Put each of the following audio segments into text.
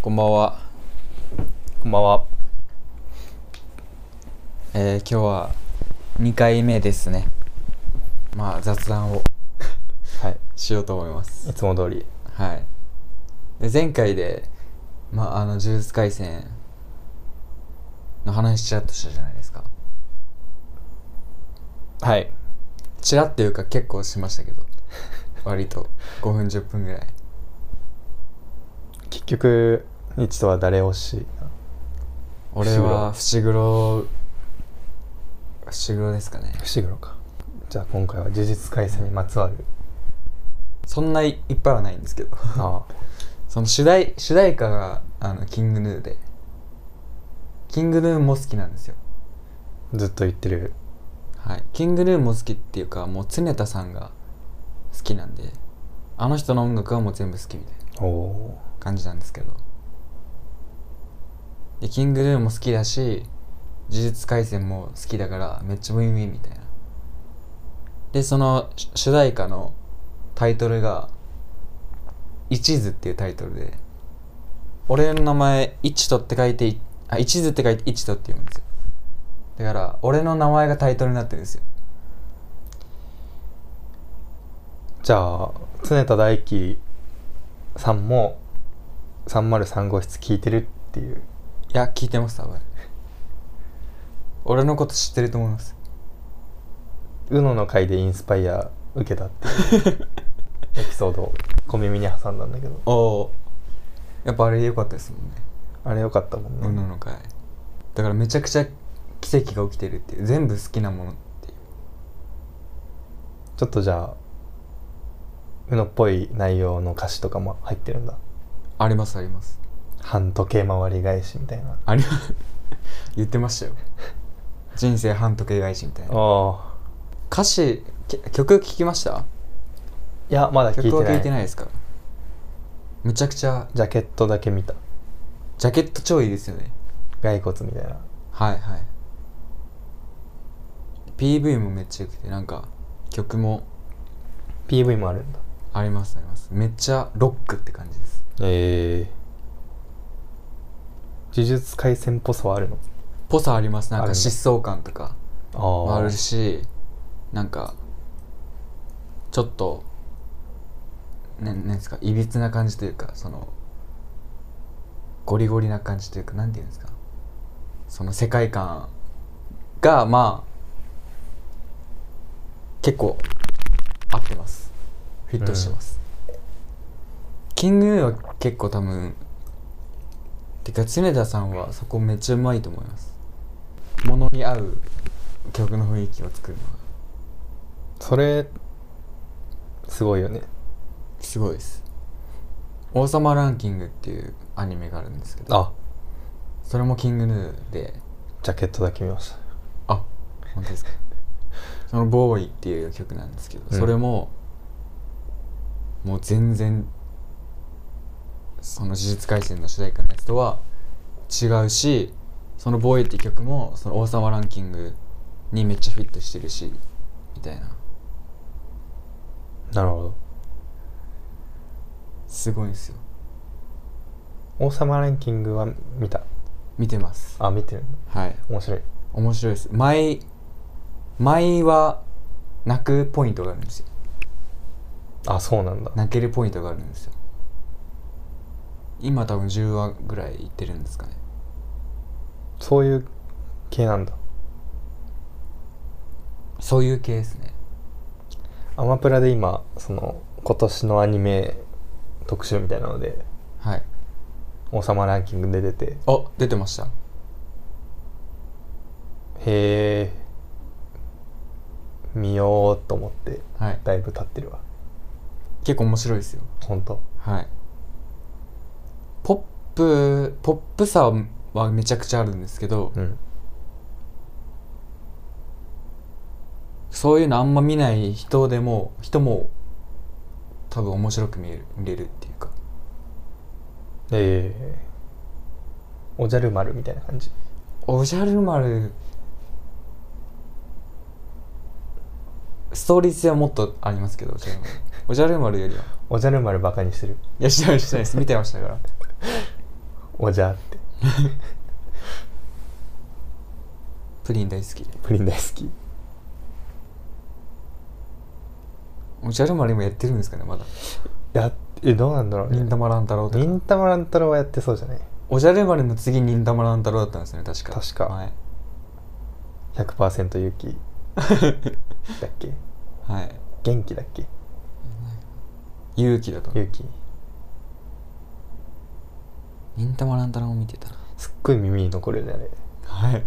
こんばんは、こんばんは。えー今日は2回目ですねまあ雑談をはいしようと思いますいつも通り。はいで前回でまああの呪術廻戦の話ちらっとしたじゃないですかはい。ちらっていうか結構しましたけど割と5分10分ぐらい結局、一とは誰欲しい俺は伏黒伏黒ですかね伏黒か。じゃあ今回は呪術廻戦にまつわ る。そんないいっぱいはないんですけどあその主題主題歌があのキングヌーでキングヌーも好きなんですよあ。ずっと言ってる。はいキングヌーも好きっていうかもう常田さんが好きなんであの人の音楽はもう全部好きみたいなおお感じなんですけどでキングヌーも好きだし呪術廻戦も好きだからめっちゃウィンウィンみたいなでその主主題歌のタイトルが「一途」っていうタイトルで俺の名前「一途」って書いていあ一途って書いて「一途」って読むんですよだから俺の名前がタイトルになってるんですよー。じゃあ、常田大輝さんも303号室聞いてるっていう。いや聞いてます多分俺のこと知ってると思いますうのの回でインスパイア受けたっていう エピソードを小耳に挟んだんだけどおおやっぱあれ良かったですもんねあれよかったもんね、うのの会だからめちゃくちゃ奇跡が起きてるっていう全部好きなものっていうちょっとじゃあうのっぽい内容の歌詞とかも入ってるんだありますあります半時計回り返しみたいなあり 言ってましたよ人生半時計返しみたいなあ歌詞き曲聴きましたいやまだ聞いて曲はな聴いいてないですかめちゃくちゃジャケットだけ見たジャケット超いいですよね骸骨みたいなはいはい PV もめっちゃ良くてなんか曲も PV もあるんだありますありますめっちゃロックって感じですええ呪術廻戦っぽさはあるのぽさありますなんあかるね疾走感とかもああるしなんかちょっとななんですかいびつな感じというかそのゴリゴリな感じというかなんていうんですかその世界観がまあ結構合ってますフィットしてます、キングヌーは結構多分てか常田さんはそこめっちゃうまいと思いますものに合う曲の雰囲気を作るのがそれすごいよねすごいです「王様ランキング」っていうアニメがあるんですけどあそれもキングヌーでジャケットだけ見ましたあ本当ですかその「ボーイ」っていう曲なんですけど、うんそれももう全然その「呪術廻戦」の主題歌のやつとは違うしその「ボーイ」って曲もその「王様ランキング」にめっちゃフィットしてるしみたいななるほどすごいんですよ王様ランキングは見た見てますあ見てるはい面白い面白いです毎毎は泣くポイントがあるんですよあそうなんだ泣けるポイントがあるんですよ今多分10話ぐらいいってるんですかねそういう系なんだそういう系ですねアマプラで今その今年のアニメ特集みたいなのではい王様ランキングで出ててあ出てましたへえ見ようと思ってはいだいぶ経ってるわ結構面白いですよほんとはいポップポップさはめちゃくちゃあるんですけど、うんそういうのあんま見ない人でも人も多分面白く見える見れるっていうかええおじゃる丸みたいな感じおじゃる丸ストーリー性はもっとありますけどおじゃる丸おじゃる丸よりはおじゃる丸バカにしてるいやしてないしてないです見てましたからおじゃってプリン大好きでプリン大好きおじゃる丸もやってるんですかねまだやっえどうなんだろうね忍たま乱太郎とか忍たま乱太郎はやってそうじゃないおじゃる丸の次忍たま乱太郎だったんですよね確か確かはい100%勇気だっけはい元気だっけ勇気だと思う勇気忍たま乱太郎も見てたなすっごい耳に残るよねあれはい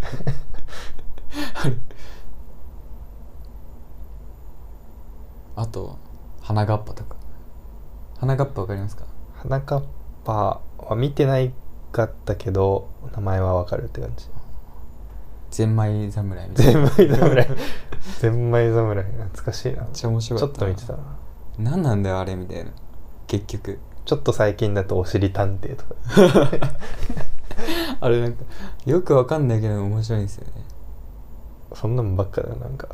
あと花がっぱとか花がっぱわかりますかはなかっぱは見てないかったけど名前はわかるって感じゼンマイ侍みたいなゼンめっマ イ侍ゼンマイ侍懐かしいなちちゃ面白かょっったとな見てたな何なんだよあれみたいな結局ちょっと最近だと「おしり探偵」とかあれなんかよくわかんないけど面白いんですよねそんなんばっかだよなんか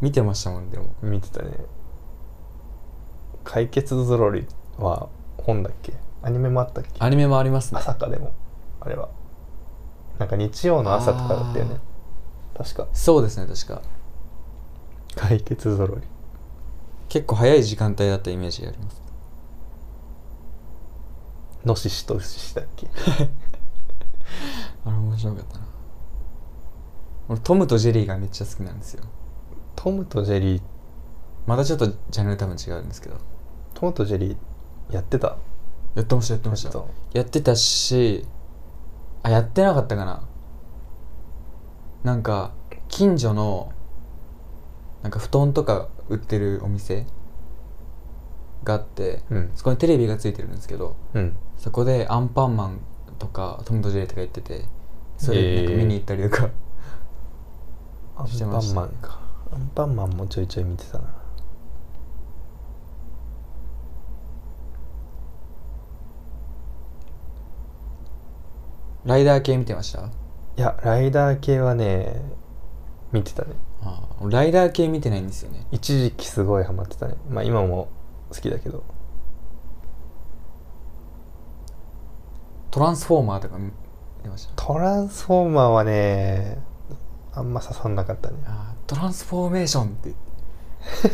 見てましたもんでも見てたね解決ゾロリは本だっけアニメもあったっけアニメもありますね朝かでもあれはなんか日曜の朝とかだったよね確かそうですね確か解決ぞろり結構早い時間帯だったイメージがありますのししとうししだっけあれ面白かったな俺トムとジェリーがめっちゃ好きなんですよトムとジェリーまたちょっとジャンル多分違うんですけどトムとジェリーやってたやってましたやってましたとやってたしあやってなかったかななんか近所のなんか布団とか売ってるお店があってうんそこにテレビがついてるんですけどうんそこでアンパンマンとかトムとジェリーとかやっててそれなんかえー見に行ったりとか、アしてンまパしンたマねンかアンパンマンもちょいちょい見てたなライダー系見てましたいやライダー系はね見てたねあー俺ライダー系見てないんですよね一時期すごいハマってたねまあ今も好きだけどトランスフォーマーとか見てましたトランスフォーマーはねあんま刺さんなかったね あートランスフォーメーションっ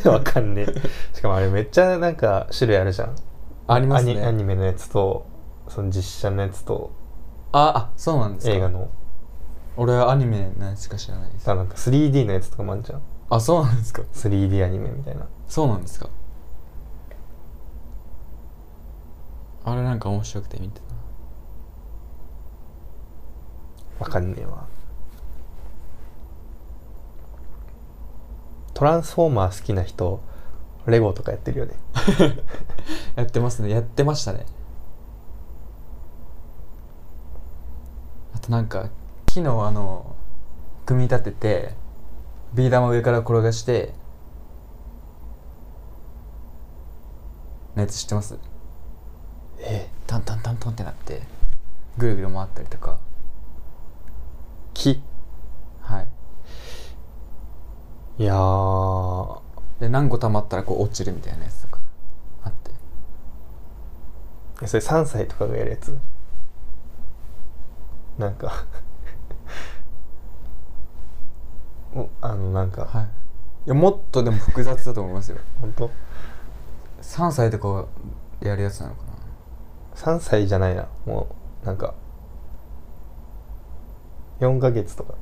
てわかんねえしかもあれめっちゃなんか種類あるじゃんありますねアニアニメのやつとその実写のやつとああそうなんですか映画の俺はアニメのやつしか知らないですさなんか 3D のやつとかもあるじゃんあそうなんですか 3D アニメみたいなそうなんですかあれなんか面白くて見てたなわかんねえわトランスフォーマー好きな人レゴとかやってるよねやってますねやってましたねあとなんか木のあの組み立ててビー玉上から転がしてのやつ知ってますえタンタンタンタンってなってぐるぐる回ったりとか木はいいやーで何個溜まったらこう落ちるみたいなやつとかあってえそれ3歳とかがやるやつなんか おあのなんかはいいやもっとでも複雑だと思いますよ本当3歳とかでやるやつなのかな3歳じゃないなもうなんか4ヶ月とか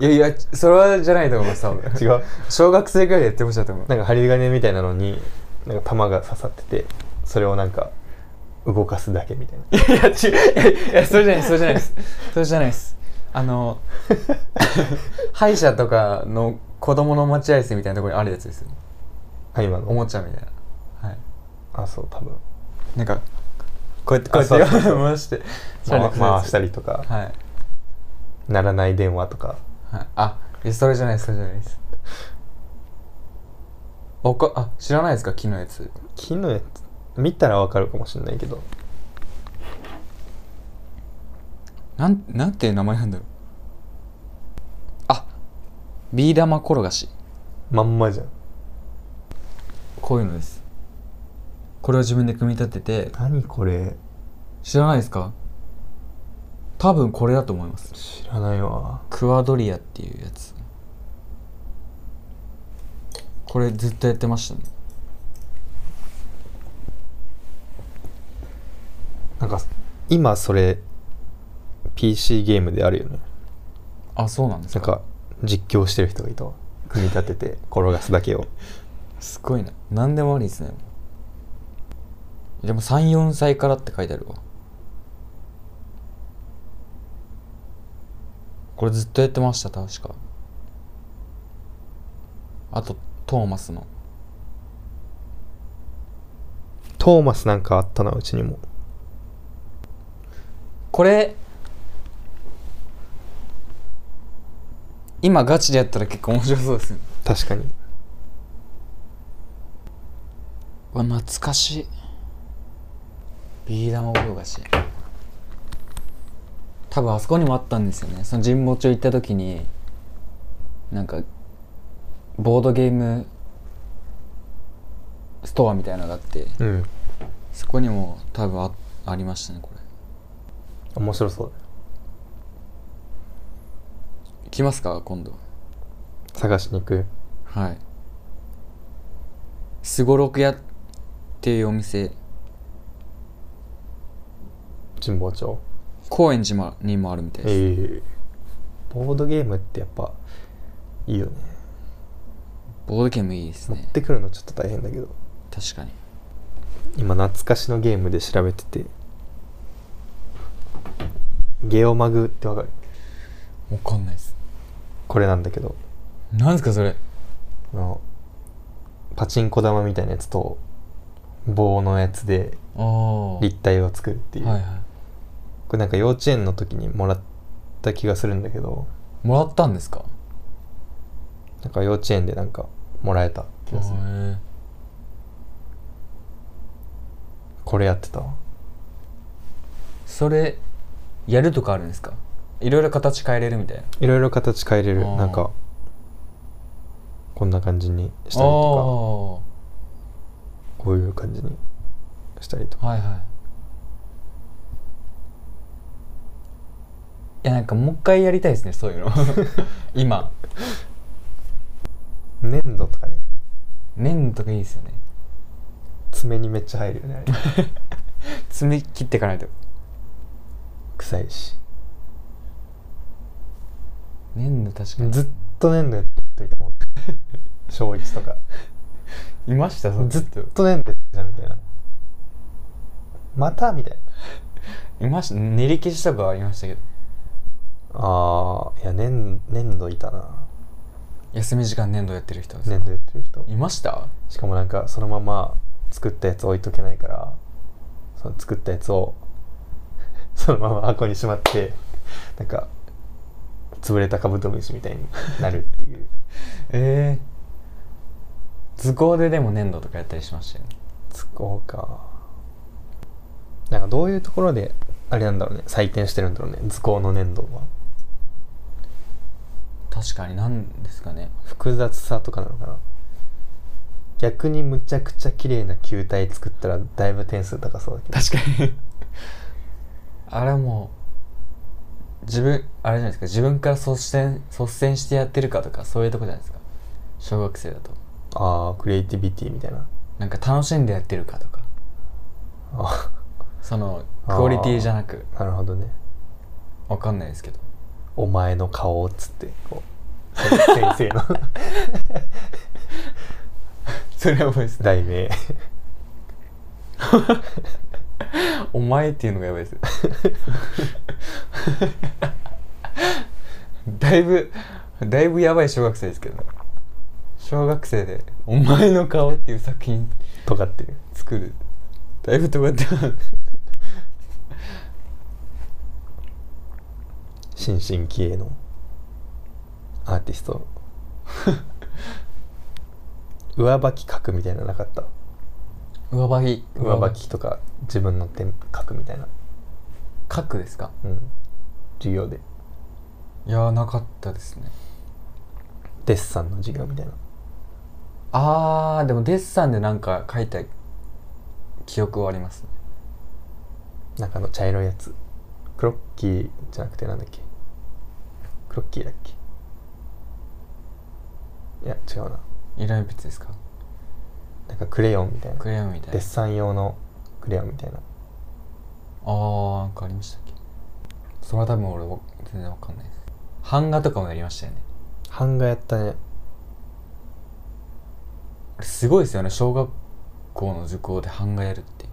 いやいやそれはじゃないと思います多分 違う小学生ぐらいでやってましたと思うなんか針金みたいなのになんか玉が刺さっててそれをなんか動かすだけみたいないや違ういやいやそれじゃないそれじゃないですそれじゃないですあの 歯医者とかの子供の待合室みたいなところにあるやつですよあ今おのもちゃみたいなはいあそう多分なんかこうやってこうやってあそうそうそう回して回回したりりとかはい鳴らない電話とかはい、あいやそれじゃないそれじゃないですおかあ知らないですか木のやつ木のやつ見たらわかるかもしれないけどなんなんていう名前なんだろうあビー玉転がしまんまじゃんこういうのですこれを自分で組み立てて何これ知らないですか多分これだと思います知らないわクワドリアっていうやつこれずっとやってましたねなんか今それ PC ゲームであるよねあそうなんですなんかか実況してる人がいたわ組み立てて転がすだけをすごいな何でもありですねでも34歳からって書いてあるわこれずっとやってました確かあとトーマスのトーマスなんかあったなうちにもこれ今ガチでやったら結構面白そうですね確かにうわ懐かしいビー玉転がし多分あそこにもあったんですよねその神保町行った時になんかボードゲームストアみたいなのがあってうんそこにも多分あありましたねこれ面白そうだね行きますか今度探しに行くはいすごろく屋っていうお店神保町高円寺にもあるみたいです、ええボードゲームってやっぱいいよねボードゲームいいです持っねてくるのちょっと大変だけど確かに今懐かしのゲームで調べててゲオマグってわかるわかんないですこれなんだけどなんですかそれあのパチンコ玉みたいなやつと棒のやつでああ立体を作るっていう、はいはこれなんか幼稚園の時にもらった気がするんだけどいもらったんですかなんか幼稚園でなんかもらえた気がするへこれやってたわえそれやるとかあるんですかいろいろ形変えれるみたいないろいろ形変えれるあーなんかこんな感じにしたりとあかこういう感じにしたりとあかはいはいいやなんかもう一回やりたいですねそう いうの今粘土とかね粘土とかいいですよね爪にめっちゃ入るよ ねあれ爪切っていかないと臭いし粘土確かにずっと粘土やっていたもん小一とかいましたずずっっとと粘土やってたみたいなまたみたいないました練り消しとかはありましたけどあーいや粘粘土いたな休み時間粘土やってる人ですか粘土やってる人いましたしかもなんかそのまま作ったやつ置いとけないからその作ったやつを そのまま箱にしまってなんか潰れたカブトムシみたいになるっていうええ図工ででも粘土とかやったりしましたよね図工かなんかどういうところであれなんだろうね採点してるんだろうね図工の粘土は確かになんですかね複雑さとかなのかな逆にむちゃくちゃ綺麗な球体作ったらだいぶ点数高そうだけど確かにあれはもう自分あれじゃないですか自分から率先率先してやってるかとかそういうとこじゃないですか小学生だとああクリエイティビティみたいななんか楽しんでやってるかとかあそのあークオリティじゃなくーなるほどねわかんないですけどお前の顔をつってこう先 生のそれは覚えですね題名 お前っていうのがやばいです だいぶだいぶやばい小学生ですけどね小学生で「お前の顔」っていう作品尖ってる作るだいぶとかってます新進気鋭のアーティスト 上履き書くみたいななかった上履き上履きとか自分の手書くみたいな書くですかうん授業でいやーなかったですねデッサンの授業みたいなあーでもデッサンでなんか書いた記憶はありますね中の茶色いやつクロッキーじゃなくてなんだっけクロッキーだっけいや違うな色鉛筆ですかなんかクレヨンみたいなクレヨンみたいデなッサン用のクレヨンみたいなあーなんかありましたっけそれは多分俺全然わかんないです版画とかもやりましたよね版画やったねあれすごいですよね小学校の受講で版画やるって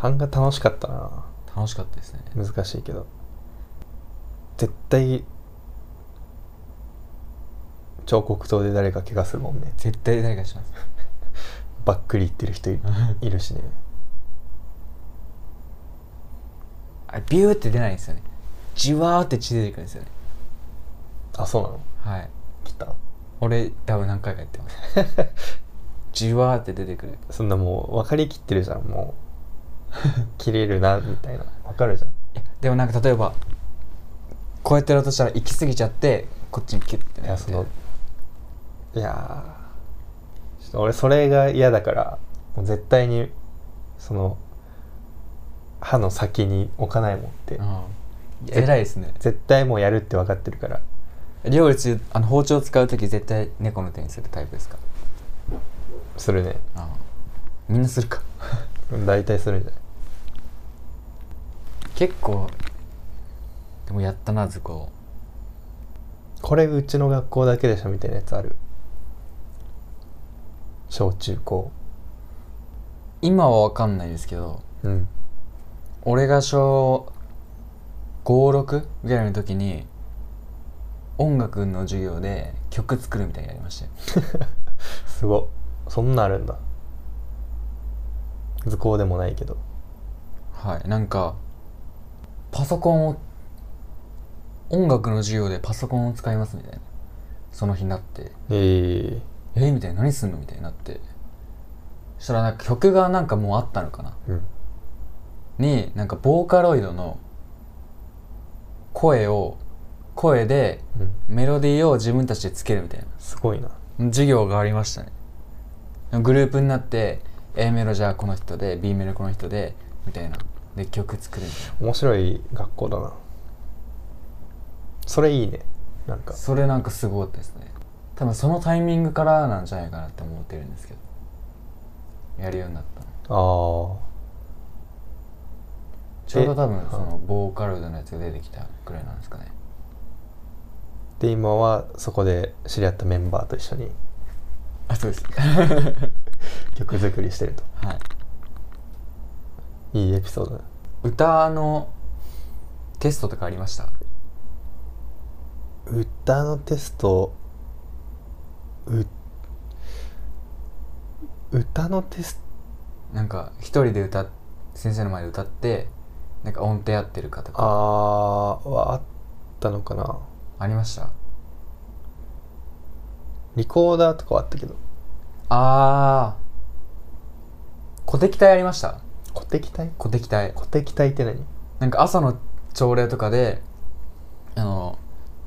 版画楽しかったな楽しかったですね難しいけど絶対彫刻刀で誰か怪我するもんね絶対誰かします ばっくり言ってる人いいるしねあれビューって出ないんですよねじわーって血出てくるんですよねあそうなのはい切った俺多分何回かやってます じわーって出てくるそんなもう分かりきってるじゃんも う切れるなみたいな分かるじゃんいやでもなんか例えばこうやってやろうとしたら行き過ぎちゃってこっちにキュッていなやっそてのいやーちょっと俺それが嫌だからもう絶対にその歯の先に置かないもんって、うんいや偉いですね絶対もうやるって分かってるから料理中あの包丁使う時絶対猫の手にするタイプですかするねあみんなするか大体するんじゃない結構でもやったな図工これうちの学校だけでしょみたいなやつある小中高今は分かんないですけどうん俺が小56ぐらいの時に音楽の授業で曲作るみたいにやりましたよすごっそんなんあるんだ図工でもないけどはいなんかパソコンを音楽の授業でパソコンを使いますみたいなその日になってええー、みたいな何すんのみたいになってそしたらなんか曲がなんかもうあったのかなえうんになんかボーカロイドの声を声でうんメロディーを自分たちでつけるみたいなすごいな授業がありましたねグループになって A メロじゃあこの人で B メロこの人でみたいなで曲作るみたいな面白い学校だなそれいいねなんかそれなんかすごかったですね多分そのタイミングからなんじゃないかなって思ってるんですけどやるようになったのあーちょうど多分でそのボーカロイドのやつが出てきたぐらいなんですかねで今はそこで知り合ったメンバーと一緒にあそうです 曲作りしてるとはいいいエピソードだ歌のテストとかありました歌のテストう歌のテスなんか一人で歌っ先生の前で歌ってなんか音程合ってるかとトかあーはあったのかなありましたリコーダーとかはあったけどあー鼓笛隊ありました鼓笛隊鼓笛隊鼓笛隊って何なんか朝の朝礼とかであの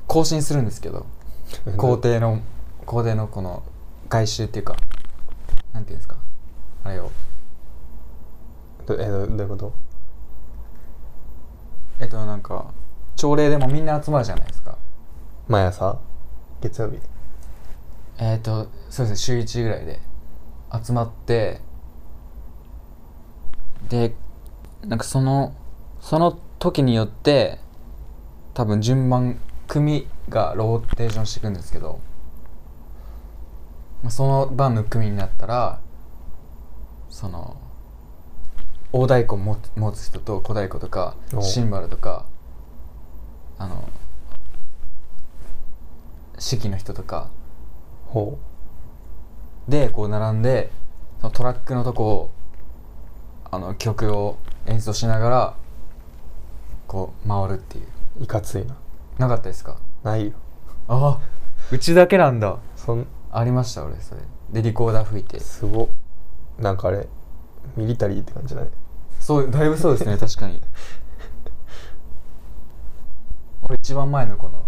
更新するんですけど校庭の校庭のこの外周っていうかなんていうんですかあれをどえどどういうことえっとなんか朝礼でもみんな集まるじゃないですか毎朝月曜日えっ、とそうですね週1ぐらいで集まってでなんかそのその時によって多分順番組がローテーションしていくんですけどまあその番の組になったらその大太鼓持つ持つ人と小太鼓とかおシンバルとかあの指揮の人とかほでこう並んでそのトラックのとこをあの曲を演奏しながらこう回るっていうういかついななかったですかないよああうちだけなんだそんありました俺それでリコーダー吹いてすごっなんかあれミリタリーって感じだねそうだいぶそうですね確かに 俺一番前のこの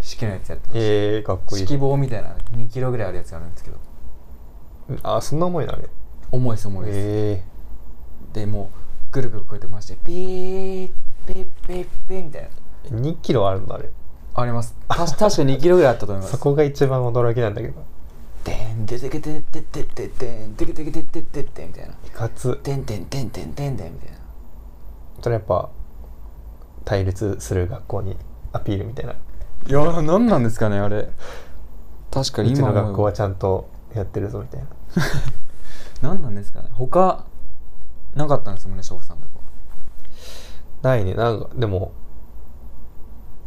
式のやつやってましええかったこいい式棒みたいな2キロぐらいあるやつがあるんですけどあそんな重いなあれ重いです重いです、ええでもうぐるぐるこうやって回してピーピーピーピーみたいな2キロあるのあれありますた確か2キロぐらいあったと思いますそこが一番驚きなんだけどでんでてけてってってってってんてけてけてってってってみたいないかつてんてんてんてんてんてんみたいなそれやっぱ対立する学校にアピールみたいないや何なんですかねあれ確かうにち今の思えば学校はちゃんとやってるぞみたいな何なんですかね他なかったんですもんね翔さんのとこないねなんかでも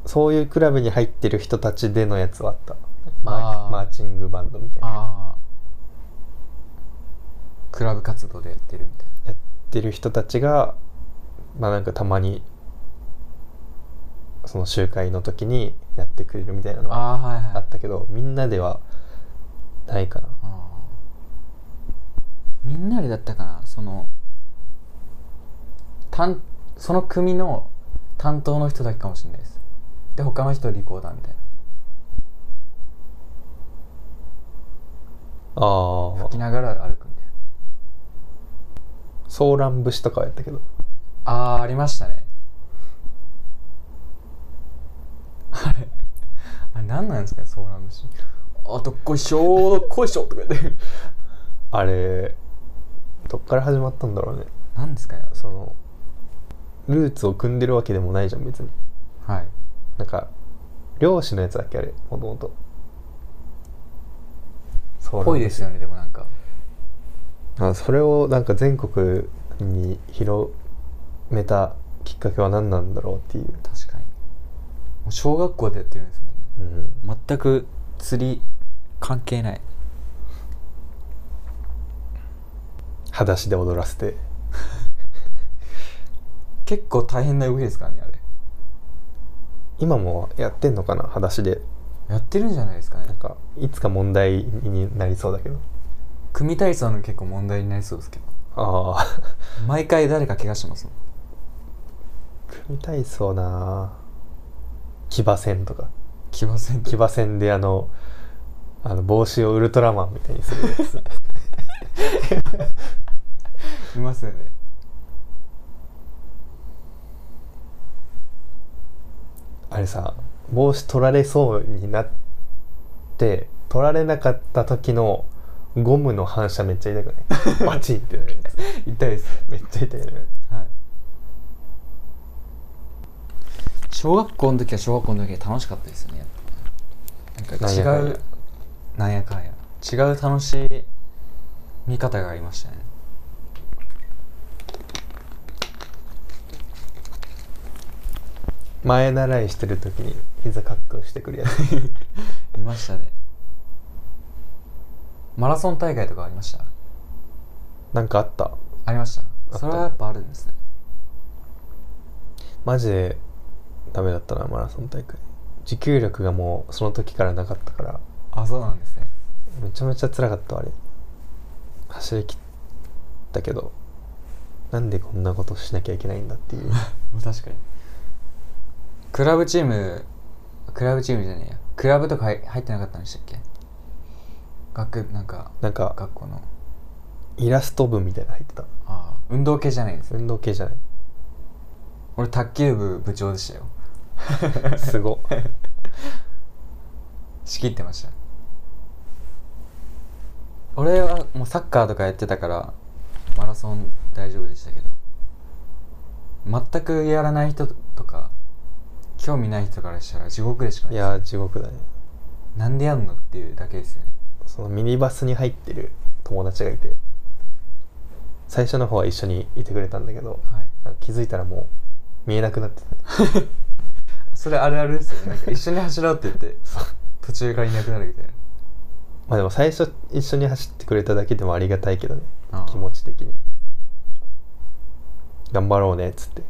そういうクラブに入ってる人たちでのやつはあったマあーーマーチングバンドみたいなああクラブ活動でやってるみたいやってる人たちがまあなんかたまにその集会の時にやってくれるみたいなのなはああはいはいあったけどみんなではないかなあーみんなでだったかなその担その組の担当の人だけかもしれないですで他の人リコーダーみたいなあ吹きながら歩くみたいなあソーラン節とかはやったけどあーありましたねあれあれ何なんですかねソーラン節あどっこいしょどっこいしょとか言ってあれどっから始まったんだろうね何ですかねそのルーツを組んでるわけでもないじゃん別にはいなんか漁師のやつだっけあれもともとそうなんぽいですよねでもなんかあそれをなんか全国に広めたきっかけは何なんだろうっていう、確かにもう小学校でやってるんですもんねうん、全く釣り関係ない裸足で踊らせて結構大変な動きですからねあれ今もやってんのかな裸足でやってるんじゃないですかねなんかいつか問題になりそうだけど組体操の結構問題になりそうですけどああ毎回誰か怪我してますもん 組体操な騎馬戦とか騎馬戦騎馬戦であのあの帽子をウルトラマンみたいにするやついますよねあれさ帽子取られそうになって取られなかった時のゴムの反射めっちゃ痛くないバチンってなるやつ痛いですめっちゃ痛いよねはい小学校の時は小学校の時で楽しかったですよねやっぱなんか違うなんやかんや違う楽しい見方がありましたね前習いしてる時に膝カックンしてくるやついましたねマラソン大会とかありましたなんかあったありましあたったそれはやっぱあるんですねマジでダメだったなマラソン大会持久力がもうその時からなかったからあそうなんですねめちゃめちゃ辛かったわあれ走り切ったけどなんでこんなことしなきゃいけないんだっていう確かにクラブチームクラブチームじゃねえやクラブとか入入ってなかったんでしたっけ学なんかなんか学校のイラスト部みたいなの入ってたああ運動系じゃないんですね運動系じゃない俺卓球部部長でしたよすごっ仕切ってました俺はもうサッカーとかやってたからマラソン大丈夫でしたけど全くやらない人とか興味ない人からしたら地獄でしかないいですやー地獄だねなんでやんのっていうだけですよねそのミニバスに入ってる友達がいて最初の方は一緒にいてくれたんだけどはいなんか気づいたらもう見えなくなってたねそれあるあるですよねなんか一緒に走ろうって言って途中からいなくなるみたいなまあでも最初一緒に走ってくれただけでもありがたいけどねああ気持ち的に頑張ろうねっつって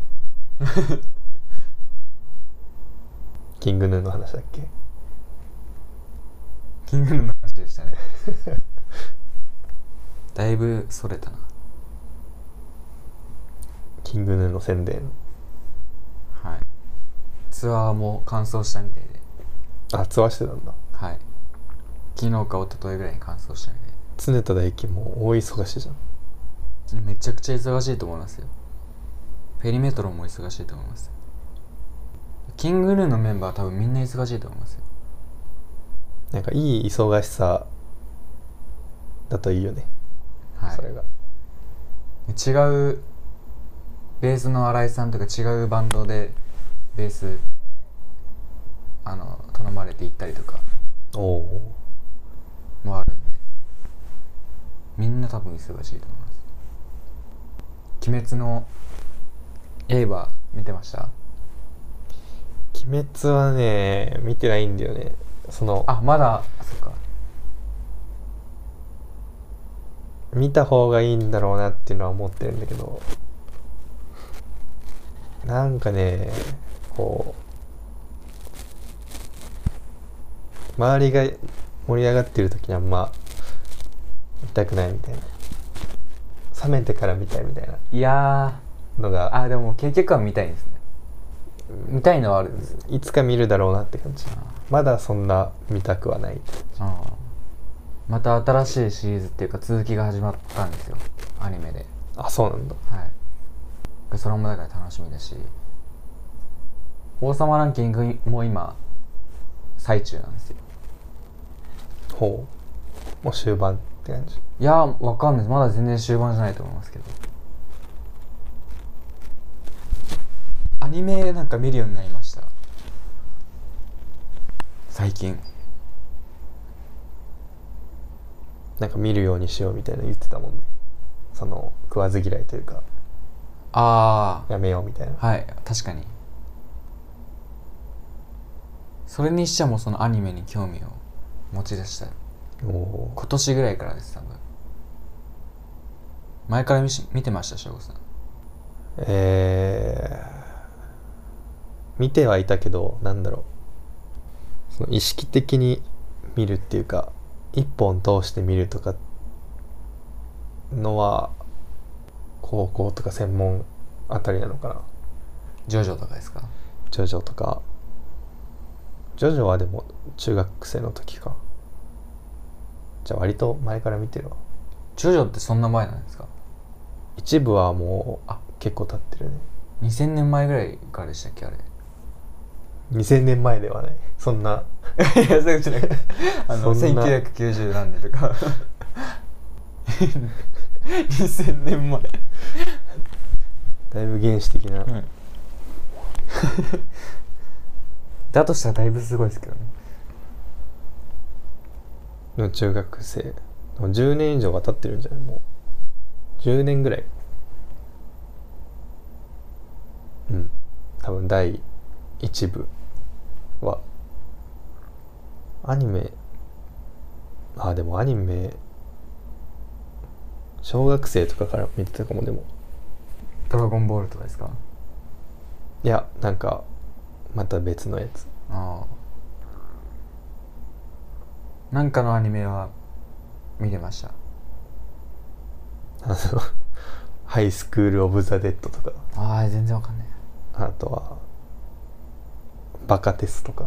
キングヌーの話だっけキングヌーの話でした ねだいぶそれたなキングヌーの宣伝はいツアーも完走したみたいであツアーしてたんだはい昨日か一昨日ぐらいに完走したみたい常田大樹も大忙しじゃんめちゃくちゃ忙しいと思いますよペリメトロも忙しいと思いますよキングルーのメンバーは多分みんな忙しいと思いますよなんかいい忙しさだといいよね、はいそれが違うベースの新井さんとか違うバンドでベースあの頼まれて行ったりとかおおもあるんでみんな多分忙しいと思います「鬼滅の刃」見てました鬼滅はね見てないんだよねそのあまだあそっか見た方がいいんだろうなっていうのは思ってるんだけどなんかねこう周りが盛り上がってる時にあんま見たくないみたいな冷めてから見たいみたいないやのーがあでも結局は見たいんですね見たいのはあるんですいつか見るだろうなって感じあまだそんな見たくはないあーまた新しいシリーズっていうか続きが始まったんですよアニメであそうなんだはいそれもだから楽しみだし王様ランキングも今最中なんですよほうもう終盤って感じいやーわかんないですまだ全然終盤じゃないと思いますけどアニメなんか見るようになりました最近なんか見るようにしようみたいなの言ってたもんねその食わず嫌いというかあやめようみたいなあはい確かにそれにしてもそのアニメに興味を持ち出したおお今年ぐらいからです多分前から見し見てました省吾さんーえー、見てはいたけどなんだろうその意識的に見るっていうか一本通して見るとかのは高校とか専門あたりなのかなジョジョとかですかジョジョとかジョジョはでも中学生の時かじゃあ割と前から見てるわジョジョってそんな前なんですか一部はもうあ結構経ってるね2000年前ぐらいからでしたっけあれ2000年前ではないそんないやそう いうことじゃなくてあのそんな1990何年とか 2000年前だいぶ原始的な、だとしたらだいぶすごいですけどねの中学生でも10年以上は経ってるんじゃないもう10年ぐらいうん多分第1部はアニメあでもアニメ小学生とかから見てたかもでも「ドラゴンボール」とかですかいやなんかまた別のやつああなんかのアニメは見てましたあの 「ハイスクール・オブ・ザ・デッド」とかああ全然わかんないあとは「バカテス」とか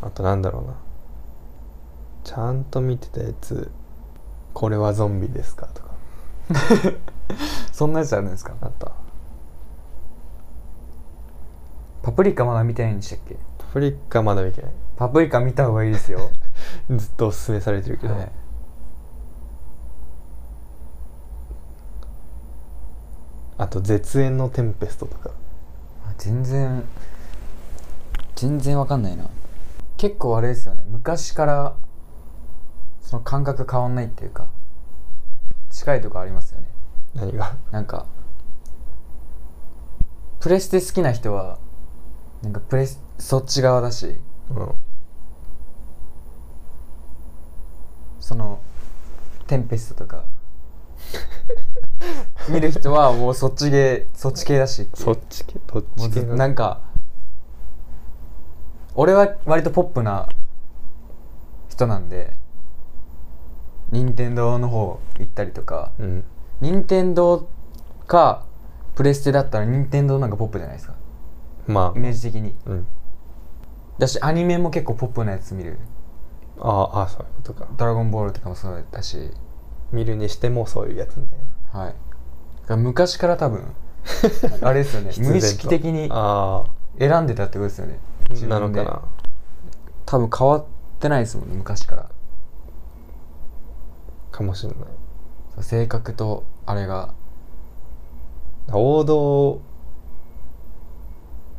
あとなんだろうなちゃんと見てたやつ「これはゾンビですか?」とかそんなやつあるんですかあったパプリカまだ見てないんでしたっけパプリカまだ見てないパプリカ見た方がいいですよずっとおすすめされてるけど、はいあと「絶縁のテンペスト」とかあ全然全然わかんないな結構あれですよね昔からその感覚変わんないっていうか近いとこありますよね何がなんかプレステ好きな人はなんかプレスそっち側だしうんそのテンペストとか見る人はもうそっち系そっち系だしっていうそっち系どっもうちず系っなとなんか俺は割とポップな人なんで任天堂の方行ったりとかうん任天堂かプレステだったら任天堂なんかポップじゃないですかまイメージ的にあうんだしアニメも結構ポップなやつ見るああそういうことか「ドラゴンボール」とかもそうだったし見るにしてもそういうやつみたいなはいだから昔から多分あれですよね 必然と 無意識的にあ選んでたってことですよねあなのかな多分変わってないですもんね昔からかもしれないそう性格とあれが王道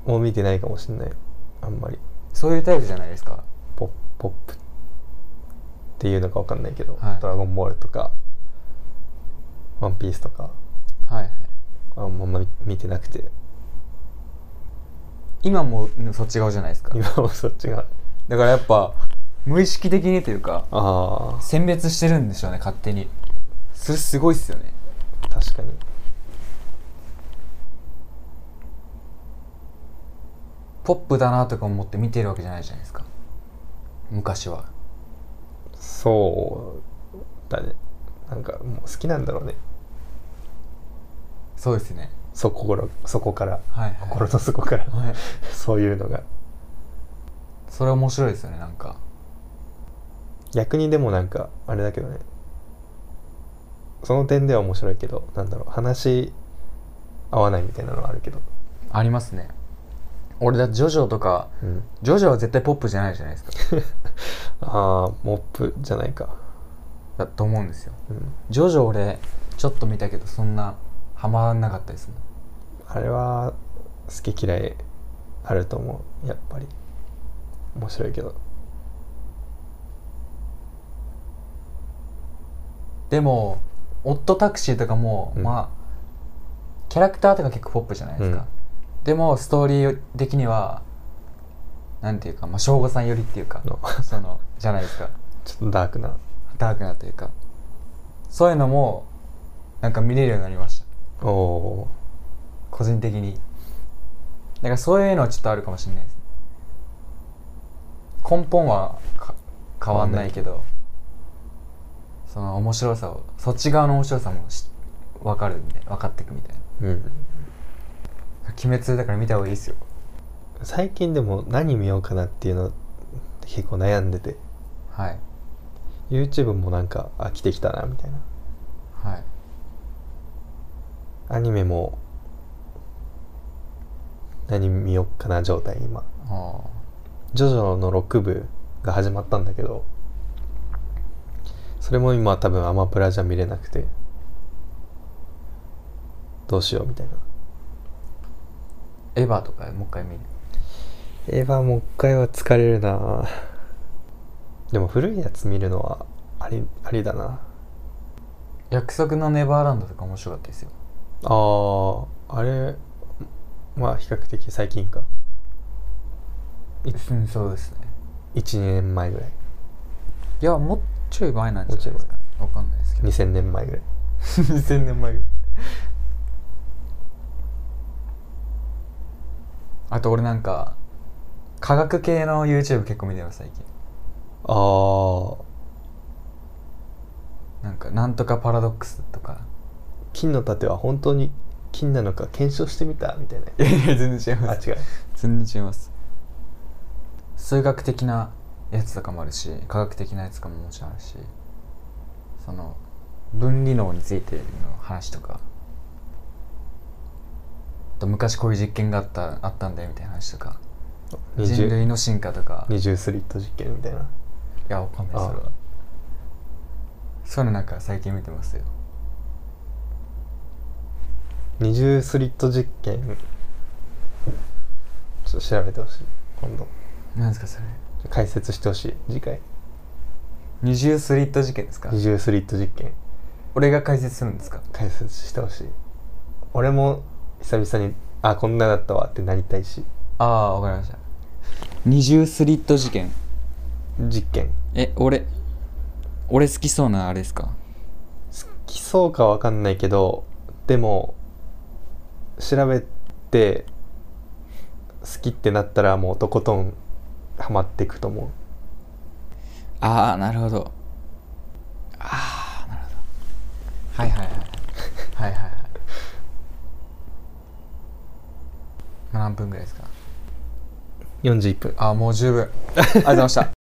も見てないかもしれないあんまりそういうタイプじゃないですかポッポップっていうのかわかんないけど「はいドラゴンボール」とか「ワンピースとかはいはいあんま見てなくて今もそっち側じゃないですか今もそっちがだからやっぱ無意識的にというかああ選別してるんでしょうね勝手にそれすごいっすよね確かにポップだなとか思って見てるわけじゃないじゃないですか昔はそうだねなんかもう好きなんだろうねそうですねそこからそこからはいはい心の底から、はいそういうのがそれ面白いですよねなんか逆にでもなんかあれだけどねその点では面白いけどなんだろう話し合わないみたいなのはあるけど、ありますね俺だってジョジョとかうん、ジョジョは絶対ポップじゃないじゃないですかああモップじゃないか、だと思うんですようん、ジョジョ俺ちょっと見たけどそんなハマらなかったですもんあれは好き嫌いあると思うやっぱり面白いけどでもオットタクシーとかも、うんまあキャラクターとか結構ポップじゃないですか、でもストーリー的にはなんていうかまあ省吾さん寄りっていうかの そのじゃないですかちょっとダークなダークなというかそういうのもなんか見れるようになりましたおお個人的にだからそういうのはちょっとあるかもしれないです根本はか変わんないけどその面白さをそっち側の面白さもし分かるみたいな分かってくみたいなーうん「鬼滅」だから見た方がいいですよ最近でも何見ようかなっていうの結構悩んでてはい YouTube もなんか飽きてきたなみたいなはいアニメも何見よっかな状態今あジョジョの6部が始まったんだけどそれも今多分アマプラじゃ見れなくてどうしようみたいなーエヴァとかもう一回見るエヴァもう一回は疲れるなでも古いやつ見るのはありありだな約束のネバーランドとか面白かったですよあーあれまあ比較的最近かうんそうですね12年前ぐらいいやもうちょい前なんじゃないですかねわかんないですけど2000年前ぐらい 2000年前ぐらいあと俺なんか科学系の YouTube 結構見てます最近ああなんかなんとかパラドックスとか金の盾は本当に金なのか検証してみたみたいないやいや全然違いあ違う全然違います数学的なやつとかもあるし科学的なやつとかももちろんあるしその分離能についての話とかあと昔こういう実験があったあったんだよみたいな話とか二人重類の進化とか二重スリット実験みたいないやわかんないそれあはそういうのなんか最近見てますよ二重スリット実験ちょっと調べてほしい今度なんですかそれ解説してほしい次回二重スリット事件ですか二重スリット実験俺が解説するんですか解説してほしい俺も久々にあこんなだったわってなりたいしああわかりました二重スリット事件実験え俺俺好きそうなあれですか来そうかわかんないけどでも調べて好きってなったらもうとことんハマっていくと思ああなるほどああなるほどはいはいはいはいはいはい何分ぐらいですかう41分ああもう十分ありがとうございました